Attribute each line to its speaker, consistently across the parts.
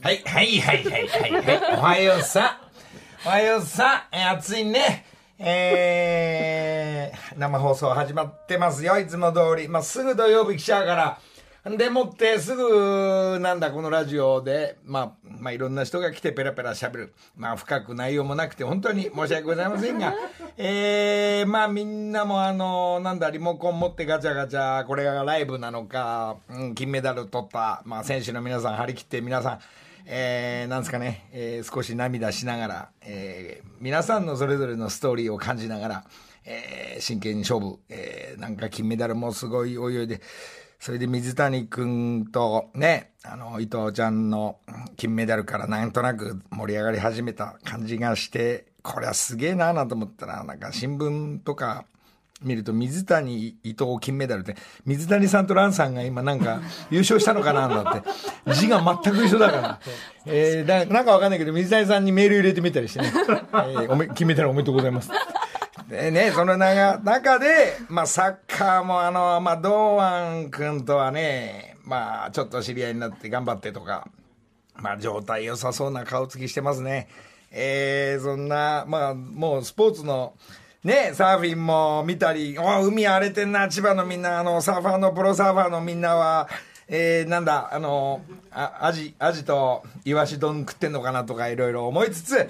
Speaker 1: はい、はい、はい、はい、はい、はい。おはようさ。おはようさ。えー暑いね。えー、生放送始まってますよ。いつも通り。まあ、すぐ土曜日来ちゃうから。でもって、すぐ、なんだ、このラジオで、まあ、まあ、いろんな人が来てペラペラ喋る。まあ、深く内容もなくて、本当に申し訳ございませんが、えー、まあ、みんなも、あの、なんだ、リモコン持ってガチャガチャ、これがライブなのか、うん、金メダル取った、まあ、選手の皆さん、張り切って皆さん、えーなんですかね、えー少し涙しながら、えー皆さんのそれぞれのストーリーを感じながら、えー真剣に勝負、えーなんか金メダルもすごい泳いで、それで水谷君とね、あの、伊藤ちゃんの金メダルからなんとなく盛り上がり始めた感じがして、これはすげえなぁなんて思ったら、なんか新聞とか、見ると水谷、伊藤金メダルって、水谷さんと蘭さんが今なんか優勝したのかななんだって、字が全く一緒だから。えーだなんかわかんないけど、水谷さんにメール入れてみたりしてね、えーおめ、金メダルおめでとうございます。でね、その中中で、まあサッカーもあの、まあ堂安君とはね、まあちょっと知り合いになって頑張ってとか、まあ、状態良さそうな顔つきしてますね。えー、そんな、まあ、もうスポーツの、ね、サーフィンも見たり、お海荒れてんな、千葉のみんな、あの、サーファーの、プロサーファーのみんなは、えー、なんだ、あの、あアジ、アジとイワシ丼食ってんのかなとかいろいろ思いつつ、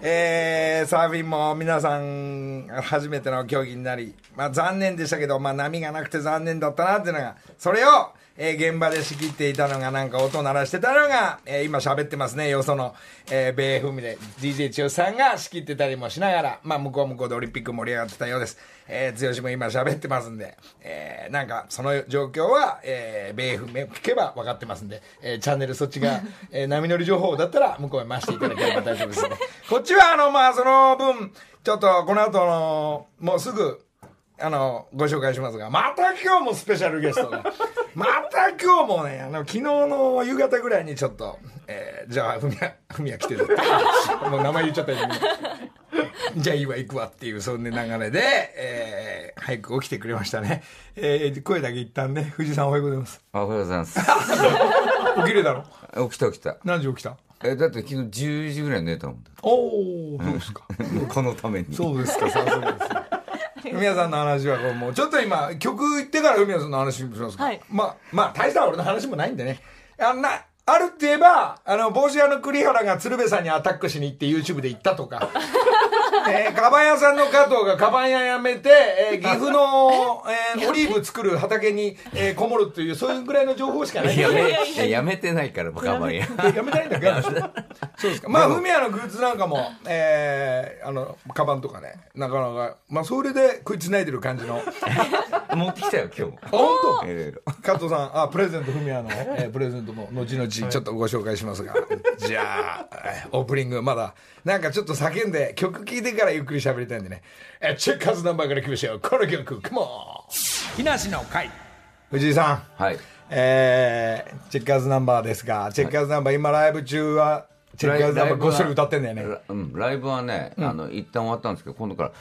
Speaker 1: えー、サーフィンも皆さん、初めての競技になり、まあ残念でしたけど、まあ波がなくて残念だったなっていうのが、それを、えー現場で仕切っていたのが、なんか音を鳴らしてたのが、えー今喋ってますね、よその、えー、米風味で、DJ 千代さんが仕切ってたりもしながら、まあ、向こう向こうでオリンピック盛り上がってたようです。えー、剛も今喋ってますんで、えーなんか、その状況は、えー、米風味を聞けば分かってますんで、えーチャンネルそっちが、えー波乗り情報だったら、向こうへ回していただければ大丈夫ですね。こっちは、あの、まあ、その分、ちょっと、この後の、もうすぐ、あの、ご紹介しますが、また今日もスペシャルゲストが。また今日もね、あの、昨日の夕方ぐらいにちょっと、えーじゃあ、ふみや、ふみや来てるって。もう名前言っちゃったよ、今じゃあいいわ、行くわっていう、そんな流れで、えー早く起きてくれましたね。えー声だけ一旦ね、藤井さんおはようございます。
Speaker 2: あおはようございます。
Speaker 1: 起きるだろ
Speaker 2: 起きた起きた。
Speaker 1: 何時起きた
Speaker 2: え、だって昨日10時ぐらいに寝たもんだ。
Speaker 1: おー、そうですか。
Speaker 2: このために。
Speaker 1: そうですか、さすがです。ふみやさんの話はこうもう、ちょっと今、曲言ってからふみやさんの話しますか。
Speaker 3: はい
Speaker 1: まあ、まあ、大した俺の話もないんでね。あんな、あるって言えば、あの、帽子屋の栗原が鶴瓶さんにアタックしに行って YouTube で行ったと か。えー、カバン屋さんの加藤がカバン屋辞めて、えー 岐阜の、えーオリーブ作る畑に、えーこもるという、そういうぐらいの情報しかない。
Speaker 2: やめ、やめてないから、バカバンや。
Speaker 1: やめたいんだけど。そうですか。まあ、フミヤのグッズなんかも、えー、あの、カバンとかね、なかなか、まあ、それで食いつないでる感じの。
Speaker 2: 持ってきたよ、今 日も。
Speaker 1: 本
Speaker 2: いろいろ。
Speaker 1: 当加藤さん、あ、プレゼント、フミヤの、えープレゼントも、後々、ちょっとご紹介しますが。じゃあ、えーオープニング、まだ、なんかちょっと叫んで、曲聴いてからゆっくり喋りたいんでね。えーチェッカーズナンバーからいきましょう。この曲、カモン木梨の会。藤井さん。
Speaker 2: はい。
Speaker 1: えーチェッカーズナンバーですが、チェッカーズナンバー、今ライブ中は、チェッカーズナンバーごっそり歌ってんだよね。
Speaker 2: ラうん、ライブはね、あの、一旦終わったんですけど、今度から、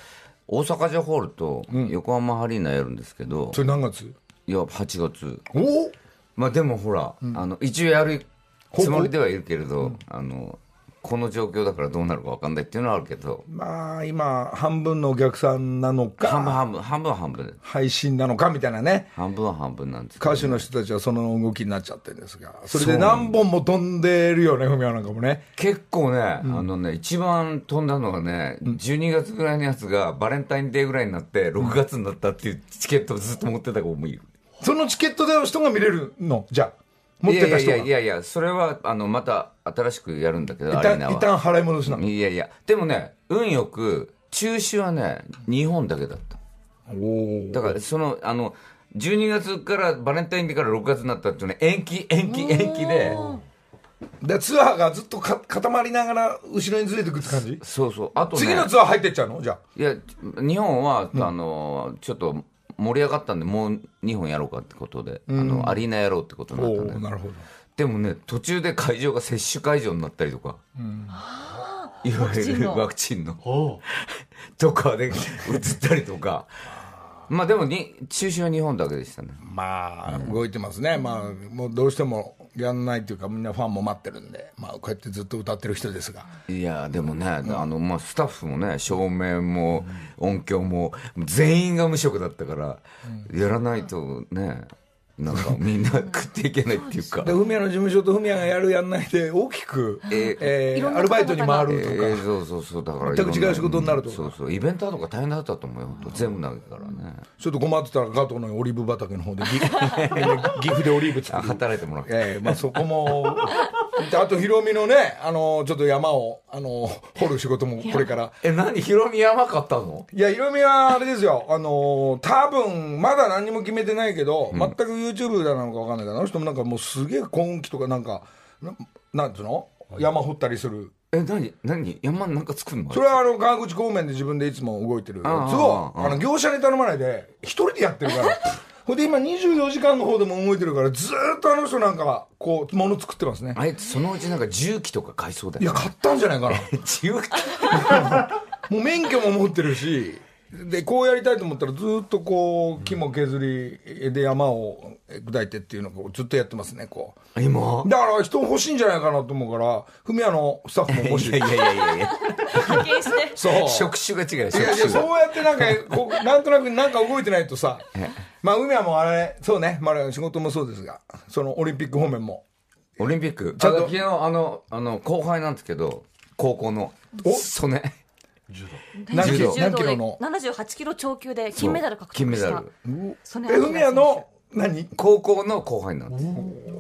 Speaker 2: 大阪城ホールと横浜アリーナやるんですけど、
Speaker 1: それ何月
Speaker 2: いや、8月。
Speaker 1: おお
Speaker 2: まあでもほら、あの、一応やるつもりではいるけれど、あの、この状況だからどうなるかわかんないっていうのはあるけど、
Speaker 1: まあ、今、半分のお客さんなの
Speaker 2: 半
Speaker 1: か、
Speaker 2: 分半分、半分は半分で
Speaker 1: 配信なのかみたいなね。
Speaker 2: 半分は半分なんですけど
Speaker 1: 歌手の人たちはその動きになっちゃってるんですが、それで何本も飛んでるよね、ふみやなんかもね。
Speaker 2: 結構ね、あのね、一番飛んだのがね、12月ぐらいのやつがバレンタインデーぐらいになって、6月になったっていうチケットをずっと持ってた子もいる。
Speaker 1: そのチケットの人が見れるのじゃあ、持ってた人が。
Speaker 2: いやいやいやいや、それは、あの、また新しくやるんだけど、ア
Speaker 1: 一
Speaker 2: リー
Speaker 1: 旦
Speaker 2: ナ、
Speaker 1: 一
Speaker 2: は。
Speaker 1: 旦払い戻しなの。
Speaker 2: いやいや、でもね、運よく、中止はね、日本だけだった。
Speaker 1: お
Speaker 2: だから、その、あの、12月からバレンタインデーから6月になったっていうね、延期、延期、延期で、
Speaker 1: お。で、ツアーがずっとか固まりながら、後ろにずれてくって感じ
Speaker 2: そうそう、あとね、
Speaker 1: 次のツアー入ってっちゃうのじゃあ。
Speaker 2: いや、日本は、あの、ちょっと盛り上がったんで、もう2本やろうかってことで、あの、アリーナやろうってことになったんだ
Speaker 1: お
Speaker 2: よ
Speaker 1: なるほど。
Speaker 2: でもね、途中で会場が接種会場になったりとか、いわゆるワクチンの、とかで移ったりとか、まあでもに中止は日本だけでしたね
Speaker 1: まあ、動いてますね、まあ、もうどうしてもやんないというか、みんなファンも待ってるんで、まあ、こうやってずっと歌ってる人ですが、
Speaker 2: いやーでもね、あのまあ、スタッフもね照明も音響も全員が無職だったから、やらないとねなんかみんな食っていけないっていうか
Speaker 1: でフミヤの事務所とフミヤがやる、やんないで、大きく、えー
Speaker 3: いろんな
Speaker 1: アルバイトに回
Speaker 2: え
Speaker 1: るとか、
Speaker 2: ーそうそうそうだから
Speaker 1: 全く違う仕事になると
Speaker 2: うんそうそうイベントとか大変だったと思うよほんと全部投げたからね
Speaker 1: ちょっと困ってたら、ガトーのオリーブ畑の方で、ぎ岐阜でオリーブ
Speaker 2: あ
Speaker 1: 作る。
Speaker 2: 働いてもらって
Speaker 1: ええまあそこも、であとヒロミのね、あのちょっと山をあの掘る仕事もこれから。
Speaker 2: え何ヒロミやばかったの
Speaker 1: いや、ヒロミはあれですよ、あの多分まだ何も決めてないけど、全く YouTube だなのかわかんないけど、あの人もなんかもうすげえ今期とかなんか、ななんつうの山掘ったりする。
Speaker 2: え何何山なんか作るの
Speaker 1: それはあの川口方面で自分でいつも動いてるやつを
Speaker 2: うんうんうん
Speaker 1: あの業者に頼まないで一人でやってるから ほいで今24時間の方でも動いてるからずーっとあの人なんかはこう物作ってますね
Speaker 2: あいつそのうちなんか重機とか買いそうだ
Speaker 1: いや
Speaker 2: よ、ね、
Speaker 1: 買ったんじゃないかな
Speaker 2: 重機
Speaker 1: もう免許も持ってるしでこうやりたいと思ったらずーっとこう木も削りで山を砕いてっていうのをこうずっとやってますねこう
Speaker 2: 今
Speaker 1: だから人欲しいんじゃないかなと思うからフミヤのスタッフも欲しい
Speaker 2: いやいやいやいや
Speaker 3: 派遣して
Speaker 1: そう
Speaker 2: 職種が違う職
Speaker 1: いやいや
Speaker 2: 種が
Speaker 1: そうやってなんかこうなんとなくなんか動いてないとさまあ海はもうあれそうね、まあ、仕事もそうですがそのオリンピック方面も
Speaker 2: オリンピック
Speaker 1: ちゃんと
Speaker 2: あの昨日あのあの後輩なんですけど高校の
Speaker 1: お
Speaker 2: 曽根
Speaker 1: 何キロ
Speaker 3: 柔
Speaker 1: 何
Speaker 3: 道
Speaker 1: キ
Speaker 3: で
Speaker 1: ロの
Speaker 3: 78キロ超級で金メダル獲
Speaker 2: 金
Speaker 3: 得
Speaker 2: メ
Speaker 3: し
Speaker 2: ダ
Speaker 3: た
Speaker 2: ル
Speaker 3: ソネ
Speaker 1: え海はの何
Speaker 2: 高校の後輩なんです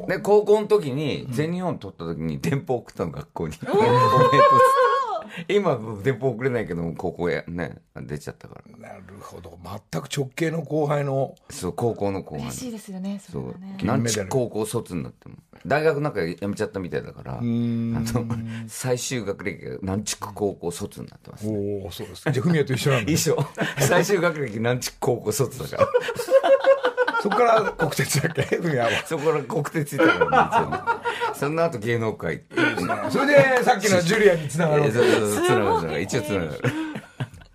Speaker 2: で高校の時に全日本取った時に電報送ったの学校におめでとうっつって今電報送れないけども高校へね出ちゃったから
Speaker 1: なるほど全く直系の後輩の
Speaker 2: そう高校の後輩
Speaker 3: 嬉しいですよねそ
Speaker 2: そ
Speaker 3: れは
Speaker 2: う
Speaker 3: ね
Speaker 2: 何
Speaker 1: メダ
Speaker 2: ち
Speaker 1: ル
Speaker 2: 高校卒になっても大学なんかやめちゃったみたいだからあの最終学歴が何ち高校卒になってます
Speaker 1: おおそうですかじゃあフミヤと一緒なん
Speaker 2: 一
Speaker 1: で
Speaker 2: 緒最終学歴なんち高校卒だから
Speaker 1: そこから国鉄だっけ フミヤは
Speaker 2: そこから国鉄行ったからね一応ねその後芸能界っていう
Speaker 1: それでさっきのジュリアにつながるわけ
Speaker 2: そうそうそうつながるつながる一応つながる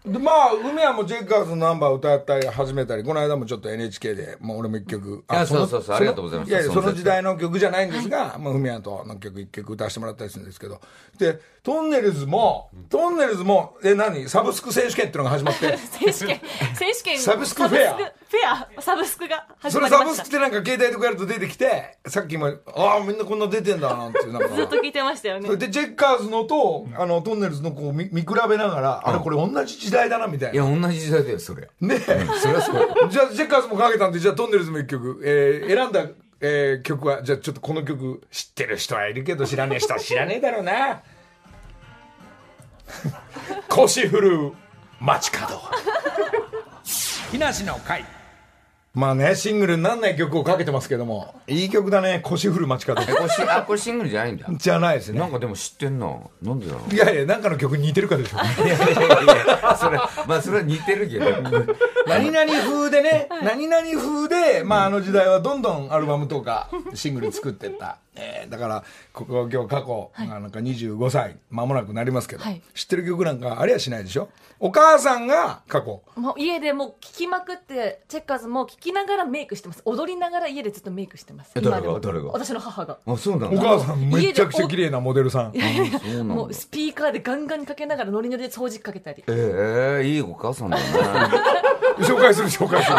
Speaker 1: でまあ海はもうジェイカーズのナンバー歌ったり始めたりこの間もちょっと NHK で、まあ、俺も一曲
Speaker 2: いや
Speaker 1: の
Speaker 2: そうそうそう
Speaker 1: の
Speaker 2: ありがとうございます
Speaker 1: やや
Speaker 2: そ
Speaker 1: そ
Speaker 2: の
Speaker 1: の時代の曲じゃないんですが、まあ、海はとの曲一曲歌わせてもらったりするんですけどでトンネルズもトンネルズもえ何サブスク選手権っていうのが始ま って
Speaker 3: 選手 権選手権
Speaker 1: サブスクフェア
Speaker 3: サブスクフェアサブスクが始
Speaker 1: そ
Speaker 3: ま
Speaker 1: れ
Speaker 3: りま
Speaker 1: サ
Speaker 3: した
Speaker 1: ブスクってなんか携帯とかやると出てきてさっきもああみんなこんな出てんだなんていうなんか
Speaker 3: ずっと聞いてましたよね
Speaker 1: それでジェイカーズのとあのトンネルズのこう見見比べながらあれこれ同じ時代だなみたい
Speaker 2: い
Speaker 1: な
Speaker 2: や同じ時代だよそりゃ
Speaker 1: ねえ
Speaker 2: そりゃそ う
Speaker 1: じゃあ、ジェッカーズもかけたんで、じゃあ、トンネルズも一曲、えー選んだ、えー曲は、じゃあ、ちょっとこの曲、知ってる人はいるけど、知らねえ人は知らねえだろう な。腰振るう街角。
Speaker 4: 木梨の会
Speaker 1: まあね、シングルになんない曲をかけてますけども、いい曲だね、腰振る街 角。
Speaker 2: これしあこれシングルじゃないんだ
Speaker 1: じゃないです
Speaker 2: な
Speaker 1: ね
Speaker 2: ん。かでも知ってんななんでだろう
Speaker 1: いやいや、なんかの曲に似てるかでしょ。
Speaker 2: いやいやいやいやそれまあそれは似てるけど
Speaker 1: 何々風でね、何々風で、まああの時代はどんどんアルバムとかシングル作ってった。えーだから、ここ今日過去、まあなんか25歳、間もなくなりますけど、
Speaker 3: はい
Speaker 1: 知ってる曲なんかありゃしないでしょお母さんが過去。
Speaker 3: もう家でもう聞きまくってチェッカーズも聞きながらメイクしてます踊りながら家でずっとメイクしてます
Speaker 2: え誰が
Speaker 3: 今でも
Speaker 2: 誰が
Speaker 3: 私の母が
Speaker 2: あそうな
Speaker 1: お
Speaker 2: んだ
Speaker 1: 母さんめちゃくちゃ綺麗なモデルさん。
Speaker 2: そうなんだ
Speaker 3: もうスピーカーでガンガンかけながらノリノリで掃除機かけたり
Speaker 2: えー、いいお母さんだね
Speaker 1: 紹介する紹介 する。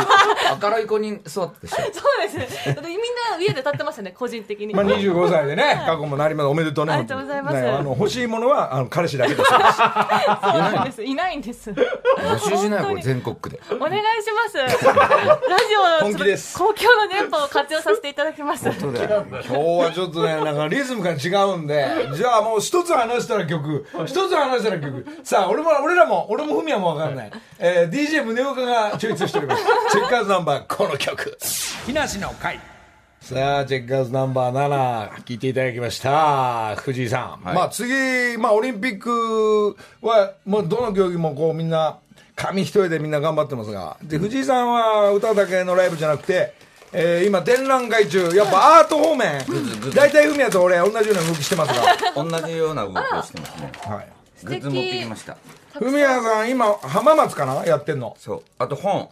Speaker 2: 明るい子に育ってたでし
Speaker 3: そうですねだってみんな家で歌ってましたね個人的に
Speaker 1: まあ25歳でね、過去もなります。おめでとうね。
Speaker 3: ありがとうございます
Speaker 1: ねあの、欲しいものは、あの、彼氏だけです。
Speaker 3: そうなんですいないんです
Speaker 2: ょ募集しないよこれ全国区で
Speaker 3: お願いしますラジオの
Speaker 1: 本気です
Speaker 3: ちょっと公共の電波を活用させていただきます
Speaker 2: そうだよ
Speaker 1: 今日はちょっとね、なんかリズムが違うんで、じゃあもう一つ話したら曲、一つ話したら曲。さあ、俺も、俺らも、俺もフミヤもわかんない。えー、DJ 宗岡がチョイスしております。チェッカーズナンバー、この曲。
Speaker 4: 木梨の会
Speaker 1: さあ、チェッカーズナンバー7、聞いていただきました。藤井さん。まあ次、まあオリンピックは、もうどの競技もこうみんな、紙一重でみんな頑張ってますが、で、藤井さんは歌だけのライブじゃなくて、えー今展覧会中、やっぱアート方面、大体フミヤと俺同じような動きしてます が、
Speaker 2: 同じような動きをしてますね
Speaker 1: はい。
Speaker 2: グッズ持ってきました
Speaker 1: フミヤさん今浜松かなやってんの
Speaker 2: そうあと本、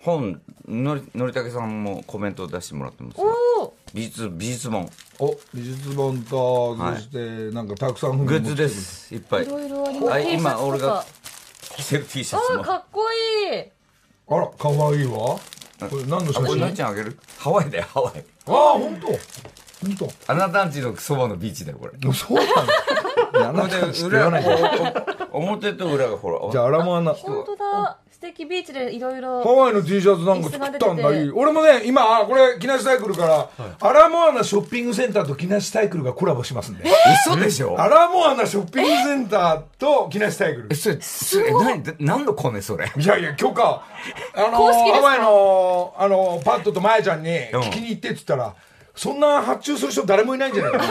Speaker 2: 本のりのりたけさんもコメントを出してもらってます
Speaker 3: おお
Speaker 2: 美術美術本
Speaker 1: お美術本と
Speaker 2: はい
Speaker 1: そしてなんかたくさん
Speaker 2: グッズですいっぱい
Speaker 3: いろいろあります
Speaker 2: はい
Speaker 3: T シャツと
Speaker 2: 今
Speaker 3: か
Speaker 2: 俺が着てる T シャツ
Speaker 3: あ
Speaker 2: も
Speaker 3: ーかっこいい
Speaker 1: あらかわいいわこれ何の写
Speaker 2: あこれ
Speaker 1: 真
Speaker 2: のりちゃんあげるハワイだよハワイ
Speaker 1: ああ本当本当
Speaker 2: あなたんちのそばのビーチだよこれ
Speaker 1: そうなの。
Speaker 2: で
Speaker 1: なんで
Speaker 2: 裏
Speaker 1: 裏
Speaker 2: が
Speaker 1: ないじゃん。
Speaker 2: おお表と裏がほら
Speaker 1: じゃあ、アラモアナ。
Speaker 3: 本当だ素敵ビーチでいろい
Speaker 1: ハ
Speaker 3: ろ
Speaker 1: ワイの T シャツなんか作ったんだいい。俺もね、今、あこれ、木梨サイクルから、アラモアナショッピングセンターと木梨サイクルがコラボしますんで。
Speaker 2: 嘘でしょ
Speaker 1: アラモアナショッピングセンターと木梨サイクル
Speaker 2: え。それそれ何で何のコネそれ
Speaker 1: いやいや、許可。あの、
Speaker 3: 公式ですか
Speaker 1: ハワイの、あの、パッドとマヤちゃんに
Speaker 2: ん
Speaker 1: 聞きに行ってって言ったら、そんな発注する人誰もいないんじゃないかな。
Speaker 2: い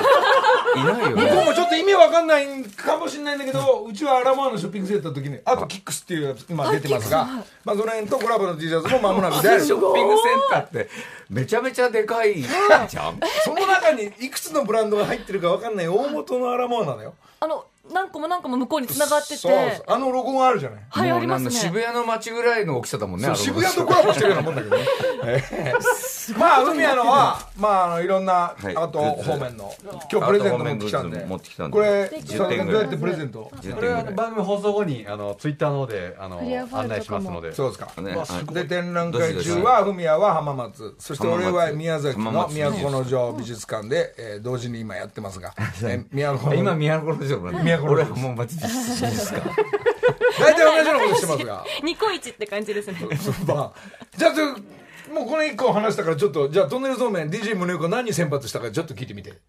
Speaker 2: な
Speaker 1: 向
Speaker 2: いよ
Speaker 1: こう
Speaker 2: ね
Speaker 1: もちょっと意味わかんないかもしれないんだけど、うちはアラモアナショッピングセンターの時に、あとキックスっていうやつ今出てますが、まあその辺とコラボの T シャツもまもなく出 る。
Speaker 2: ショッピングセンターってめちゃめちゃでかいじゃ ん
Speaker 1: その中にいくつのブランドが入ってるかわかんない大元のアラモアナだよ。
Speaker 3: あの何個も何個も向こうに繋がってて
Speaker 1: そうそうあのロゴがあるじゃない。
Speaker 3: はい
Speaker 2: も
Speaker 3: あ
Speaker 2: う
Speaker 3: り
Speaker 2: な
Speaker 3: ま
Speaker 2: ん
Speaker 3: す
Speaker 2: だ
Speaker 3: ね
Speaker 2: 渋谷の街ぐらいの大きさだもんね
Speaker 1: そう
Speaker 2: あの
Speaker 1: 渋谷とコラボしてるようなもんだけどね。ええまあ海野のは、まああのいろんな、
Speaker 2: はい
Speaker 1: あと
Speaker 2: グッズ
Speaker 1: 方面の、今日プレゼント持ってきたん
Speaker 2: アート方面グッ
Speaker 1: で
Speaker 2: ズ。持ってきたんで
Speaker 1: これ、
Speaker 3: 10
Speaker 1: 佐々木さ
Speaker 2: 点
Speaker 1: ん
Speaker 2: ぐ
Speaker 1: ど
Speaker 2: ら
Speaker 1: う
Speaker 2: い
Speaker 1: やってプレゼント
Speaker 2: 10点
Speaker 5: こ
Speaker 2: ぐ
Speaker 5: れ
Speaker 2: ら
Speaker 5: はいあの 番組放送後にあのツイッターの方であの
Speaker 3: クリアファイ
Speaker 5: 案
Speaker 3: ル
Speaker 5: 内
Speaker 3: と
Speaker 5: し
Speaker 3: かも
Speaker 5: ますので
Speaker 1: そうですか。
Speaker 2: ねはい
Speaker 1: で展覧会中
Speaker 2: どしどし
Speaker 1: は文也は浜松そして俺は
Speaker 2: 浜松
Speaker 1: 宮崎
Speaker 2: 浜
Speaker 1: の
Speaker 2: 松
Speaker 1: 都の城美術館で、えー同時に今やってますが、えー、都の
Speaker 2: 今宮古の城なんで
Speaker 1: 宮古の
Speaker 2: 俺
Speaker 1: 城
Speaker 2: はもう街です
Speaker 1: 大体同じようなことしてますが
Speaker 3: ニコイチって感じですね
Speaker 1: まあじゃあちょっともうこの1個話したからちょっとじゃあトンネルそうめん DJ 宗子何先発したかちょっと聞いてみて
Speaker 2: ぜ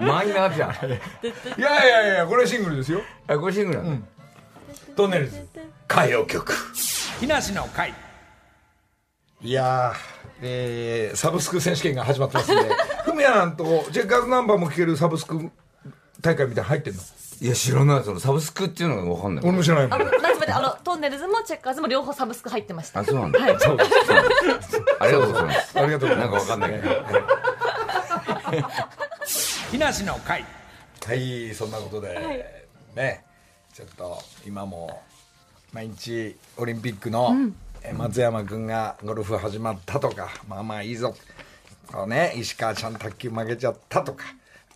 Speaker 2: マイナーじゃん
Speaker 1: いやいやいやこれシングルですよ
Speaker 2: あこれシングルなんだ
Speaker 1: トンネルズ歌謡曲
Speaker 4: 木梨の会
Speaker 1: いやー、えーサブスク選手権が始まってますんで 文也なんとチェッカーズナンバーも聴けるサブスク大会みたいなの入ってんの
Speaker 2: いや知らないそのサブスクっていうのが分かんない
Speaker 1: 俺も知らないも
Speaker 3: あ
Speaker 1: ん
Speaker 3: のなんつまりあのトンネルズもチェッカーズも両方サブスク入ってました
Speaker 2: あそうなんだ
Speaker 3: はい
Speaker 2: そうですそうですありがとうございます
Speaker 1: ありがとうござ
Speaker 2: ないんか
Speaker 1: ま
Speaker 2: 分
Speaker 1: す
Speaker 2: かんないけど
Speaker 4: 木梨の会
Speaker 1: はいそんなことで、
Speaker 3: い
Speaker 1: ねちょっと今も毎日オリンピックのえ松山君がゴルフ始まったとか、まあまあいいぞそうね石川ちゃん卓球負けちゃったとか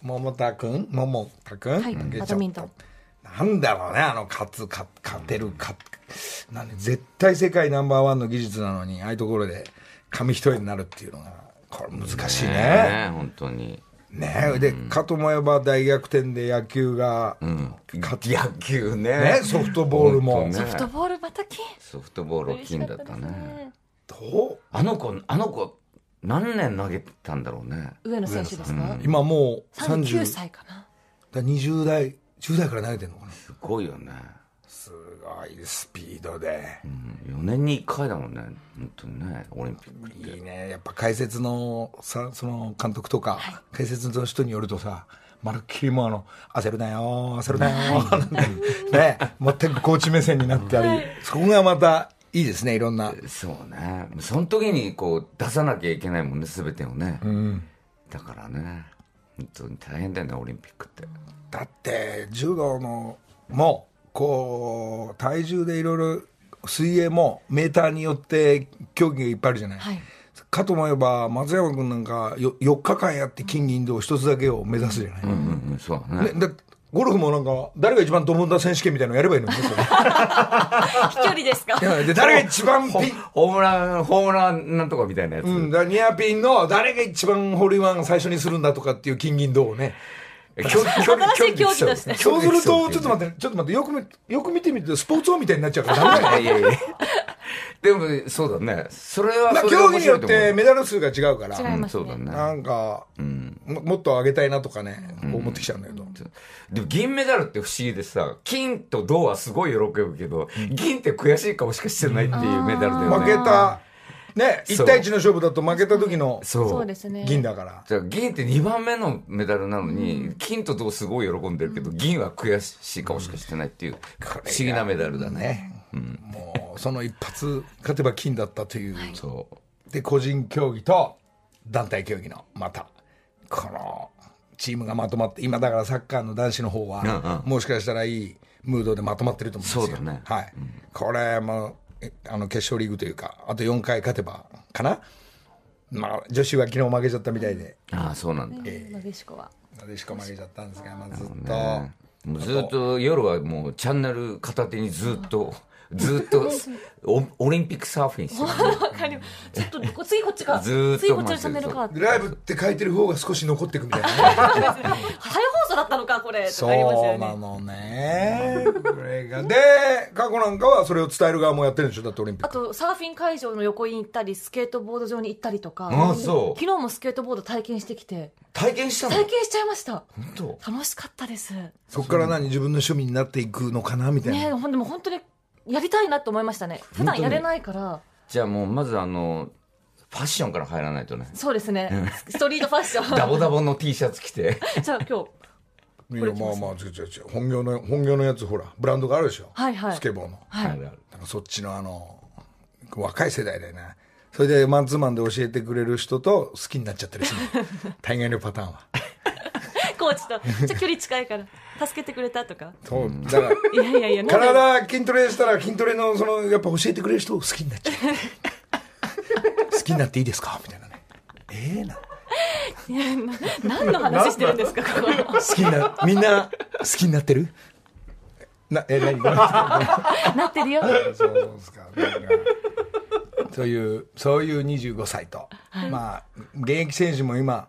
Speaker 1: 桃田君桃田君、
Speaker 3: はい
Speaker 1: 負けちゃ
Speaker 3: バ
Speaker 1: った
Speaker 3: ドミントン
Speaker 1: なんだろうねあの勝つか勝てるかなんで絶対世界ナンバーワンの技術なのにああいうところで紙一重になるっていうのがこれ難しいね
Speaker 2: ね本当に
Speaker 1: ねえでかと思えば大逆転で野球が、
Speaker 2: 野球ね
Speaker 1: ねソフトボールも、
Speaker 2: 本当
Speaker 3: ソ
Speaker 2: ね
Speaker 3: フトボールまた金
Speaker 2: ソフトボールを
Speaker 3: 嬉し
Speaker 2: 金
Speaker 3: か
Speaker 2: だった
Speaker 3: です
Speaker 2: ね
Speaker 1: ど
Speaker 2: あの子あの子何年投げてたんだろうね
Speaker 3: 上野選手ですか
Speaker 1: う今もう
Speaker 3: 39
Speaker 1: 30
Speaker 3: 歳かな
Speaker 1: だ20代10代から投げてんのかな
Speaker 2: すごいよね
Speaker 1: すごいスピードで、
Speaker 2: 4年に1回だもんね本当にねオリンピックって
Speaker 1: いいねやっぱ解説のさその監督とか、解説の人によるとさまるっきりもうあの焦るなよ焦るなよ、ね全くコーチ目線になったり、そこがまたいいですねいろんな
Speaker 2: そうねその時にこう出さなきゃいけないもんね全てをね、だからね本当に大変だよねオリンピックって
Speaker 1: だって柔道のもこう体重でいろいろ水泳もメーターによって競技がいっぱいあるじゃない、
Speaker 3: はい
Speaker 1: かと思えば松山君なんかよ4日間やって金銀銅一つだけを目指すじゃない、
Speaker 2: うんうんうんそうだね
Speaker 1: ねだってゴルフもなんか誰が一番ドボンだ選手権みたいなのやればいいのにねそれ
Speaker 3: 飛距離ですか
Speaker 1: いやで誰が一番ピン
Speaker 2: ホームランホームランなんとかみたいなやつ、
Speaker 1: うん、だからニアピンの誰が一番ホールインワン最初にするんだとかっていう金銀銅をね
Speaker 2: 距離距離
Speaker 3: 新しい競技
Speaker 2: 競
Speaker 3: と
Speaker 2: 技
Speaker 3: して
Speaker 1: そうするとちょっ
Speaker 2: 競技
Speaker 1: と待ってちょっと待ってよく見よく見てみるとスポーツ王みたいになっちゃうからダメだよ
Speaker 2: いやいやいやでもそうだねそれは
Speaker 1: まあ、
Speaker 2: それで
Speaker 1: 競技
Speaker 2: 面
Speaker 1: に
Speaker 2: 白
Speaker 1: よ
Speaker 2: い
Speaker 1: っ
Speaker 2: と思う
Speaker 1: てメダル数が違うから、
Speaker 3: 違います
Speaker 2: そうだ
Speaker 3: ね
Speaker 1: な
Speaker 2: ね
Speaker 1: んか、ももっと上げたいなとかね、こう思ってきちゃうんだけど、
Speaker 2: でも銀メダルって不思議でさ金と銅はすごい喜ぶけど銀って悔しい顔しかしてないっていうメダルだよね
Speaker 1: 負けた、ね、
Speaker 2: そ
Speaker 1: 1
Speaker 2: う
Speaker 1: 対1の勝負だと負けた時の
Speaker 2: そう
Speaker 3: そうですね
Speaker 1: 銀だから、
Speaker 2: じゃあ銀って2番目のメダルなのに、金と銅すごい喜んでるけど、銀は悔しい顔しかしてないっていう、不思議なメダルだね。
Speaker 1: ねもうその一発勝てば金だったという、
Speaker 2: そう。
Speaker 1: で個人競技と団体競技のまたこのチームがまとまって今だからサッカーの男子の方は、もしかしたらいいムードでまとまってると思うんですよ。
Speaker 2: そうだね
Speaker 1: はい。これも、えあの、決勝リーグというか、あと4回勝てば、かなまあ、女子は昨日負けちゃったみたいで、
Speaker 2: ああそうなんだ、
Speaker 3: なでしこは
Speaker 1: なでしこ負けちゃったんですが、まあ、ずっと、
Speaker 2: もうずっと夜はもうチャンネル片手にずっとずっとおオリンピックサーフィンしてる
Speaker 3: わかりますちょっとこ次こっちか
Speaker 2: ずーっと
Speaker 3: 次こっちのチャンネルか
Speaker 2: 待
Speaker 1: ライブって書いてる方が少し残っていくみたいなね。
Speaker 3: 再放送だったのかこれと
Speaker 1: そ
Speaker 3: かありますよ
Speaker 1: う
Speaker 3: ね
Speaker 1: なのね。これが。で、過去なんかはそれを伝える側もやってるんでしょだってオリンピッ
Speaker 3: あ
Speaker 1: ク。
Speaker 3: とサーフィン会場の横に行ったりスケートボード場に行ったりとか
Speaker 2: あそう
Speaker 3: 昨日もスケートボード体験してきて
Speaker 2: 体験したの
Speaker 3: 体験しちゃいました
Speaker 2: 本当
Speaker 3: 楽しかったですね
Speaker 1: そこから何自分の趣味になっていくのかなみたいな。
Speaker 3: ほんでも本当にやりたいなと思いましたね普段やれないから
Speaker 2: じゃあもうまずあのファッションから入らないとね
Speaker 3: そうですねストリートファッシ ョン
Speaker 2: ダボダボの T シャツ着て
Speaker 3: じゃあ今
Speaker 1: い
Speaker 3: 日
Speaker 1: やまあまあ、違う違う違う本業の、本業のやつほら、ブランドがあるでしょ
Speaker 3: はいはい
Speaker 1: スケボーの。
Speaker 2: あ
Speaker 3: はい
Speaker 2: るある
Speaker 1: なんかそっちのあの、若い世代だよね。それでマンツーマンで教えてくれる人と好きになっちゃったりする。 大概のパターンは。
Speaker 3: コーチとじゃあ距離近いから助けてくれたとか
Speaker 1: そう、だから、
Speaker 3: いやいやいやなんか
Speaker 1: 体筋トレしたら筋トレのそのやっぱ教えてくれる人を好きになっ ちゃう好きになっていいですかみたいなねええな
Speaker 3: 何の話してるんですかここ
Speaker 1: 好きになみんな好きになってるなえ何ごめんなさ
Speaker 3: なってるよ
Speaker 1: いそうですかなんかそういうそういう25歳と、まあ現役選手も今、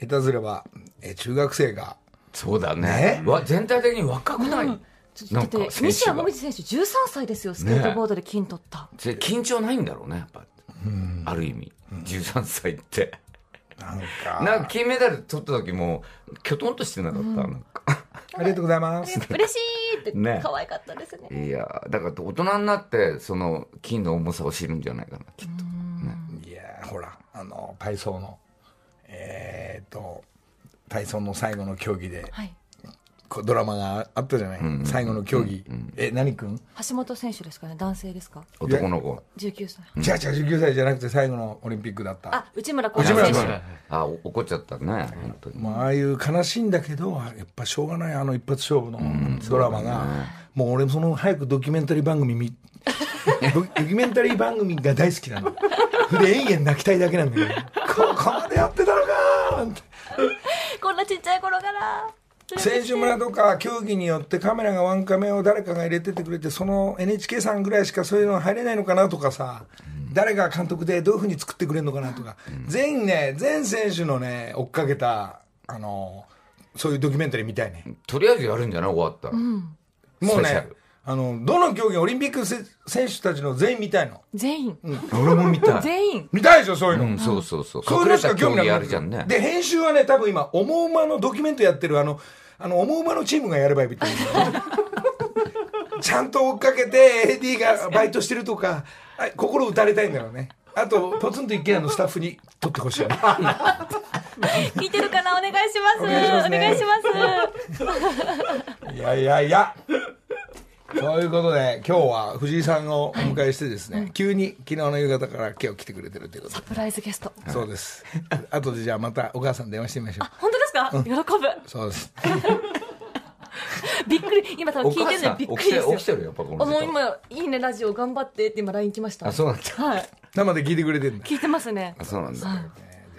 Speaker 1: 下手すればえ中学生が
Speaker 2: そうだねわ全体的に若くない、
Speaker 3: ちょ
Speaker 2: な
Speaker 3: っ
Speaker 2: ん
Speaker 3: と
Speaker 2: か
Speaker 3: だって
Speaker 2: 選
Speaker 3: 西
Speaker 2: 手
Speaker 3: 矢
Speaker 2: が
Speaker 3: 椛選手13歳ですよスケートボードで金取った、
Speaker 2: それ緊張ないんだろうねやっぱ、ある意味13歳って
Speaker 1: なんか
Speaker 2: なんか金メダル取った時もきょとんとしてなかった、なんか
Speaker 1: ありがとうございます
Speaker 3: 嬉しいって
Speaker 2: ね
Speaker 3: 可愛かったですね
Speaker 2: いやーだから大人になってその金の重さを知るんじゃないかなきっと
Speaker 1: いやーほらあの体操のえー、っと体操の最後の競技で、
Speaker 3: はい
Speaker 1: こうドラマがあったじゃない、最後の競技、え何君、
Speaker 3: 橋本選手ですかね男性ですか
Speaker 2: 男の子
Speaker 3: 19歳
Speaker 1: 違う違う19歳じゃなくて最後のオリンピックだった
Speaker 3: あ内村航
Speaker 1: 内
Speaker 3: 平
Speaker 1: 村
Speaker 3: 選
Speaker 1: 君
Speaker 3: 手
Speaker 2: あお怒っちゃったね本当に
Speaker 1: もうああいう悲しいんだけどやっぱしょうがないあの一発勝負のドラマが、もう俺その早くドキュメンタリー番組見ドドキュメンタリー番組が大好きなの で永遠泣きたいだけなんだけどここまでやってたのかーなんて
Speaker 3: こんなちっちゃい頃から
Speaker 1: 選手村とか競技によってカメラがワンカメを誰かが入れててくれてその NHK さんぐらいしかそういうの入れないのかなとかさ、誰が監督でどういうふうに作ってくれるのかなとか、全員ね全選手のね追っかけたあのそういうドキュメンタリーみたいね
Speaker 2: とりあえずやるんじゃない終わったら、
Speaker 1: もう
Speaker 2: スペシャ
Speaker 1: ね
Speaker 2: ル
Speaker 1: あのどの競技オリンピックせ選手たちの全員見たいの
Speaker 3: 全員、
Speaker 2: 俺も見たい
Speaker 3: 全員
Speaker 1: 見たいでしょそういうの、
Speaker 2: うんそうそうそう
Speaker 1: そういう
Speaker 2: 隠
Speaker 1: の
Speaker 2: れ
Speaker 1: しか
Speaker 2: た
Speaker 1: 興
Speaker 2: 競
Speaker 1: 味な
Speaker 2: 技
Speaker 1: く
Speaker 2: や
Speaker 1: な
Speaker 2: るじゃんね
Speaker 1: で編集はね多分今オモウマのドキュメントやってるあのあのオモウマのチームがやればいいみたいな ちゃんと追っかけて AD がバイトしてるとかあ心打たれたいんだろうねあとポツンと一軒家のスタッフに撮ってほしいよね
Speaker 3: 聞いてるかなお願いします
Speaker 1: お願いしますね
Speaker 3: お願いしま
Speaker 1: い
Speaker 3: す
Speaker 1: やいやいやということで今日は藤井さんをお迎えしてですね、急に昨日の夕方から今日来てくれてるということ
Speaker 3: サ
Speaker 1: で
Speaker 3: プライズゲスト
Speaker 1: そうですあとでじゃあまたお母さんに電話してみましょう
Speaker 3: 本当ですか、喜ぶ
Speaker 1: そうです
Speaker 3: びっくり今多分聞いてるのにびっくりです
Speaker 2: お母さん起きて
Speaker 3: よ
Speaker 2: 起きてるよやっぱこの
Speaker 3: あ
Speaker 2: 人
Speaker 3: もう今「いいねラジオ頑張って」って今 LINE 来ました
Speaker 2: あそうなんだ
Speaker 3: はい
Speaker 1: 生で聞いてくれてるんだ
Speaker 3: 聞いてますね
Speaker 2: あそうなんだ
Speaker 3: そ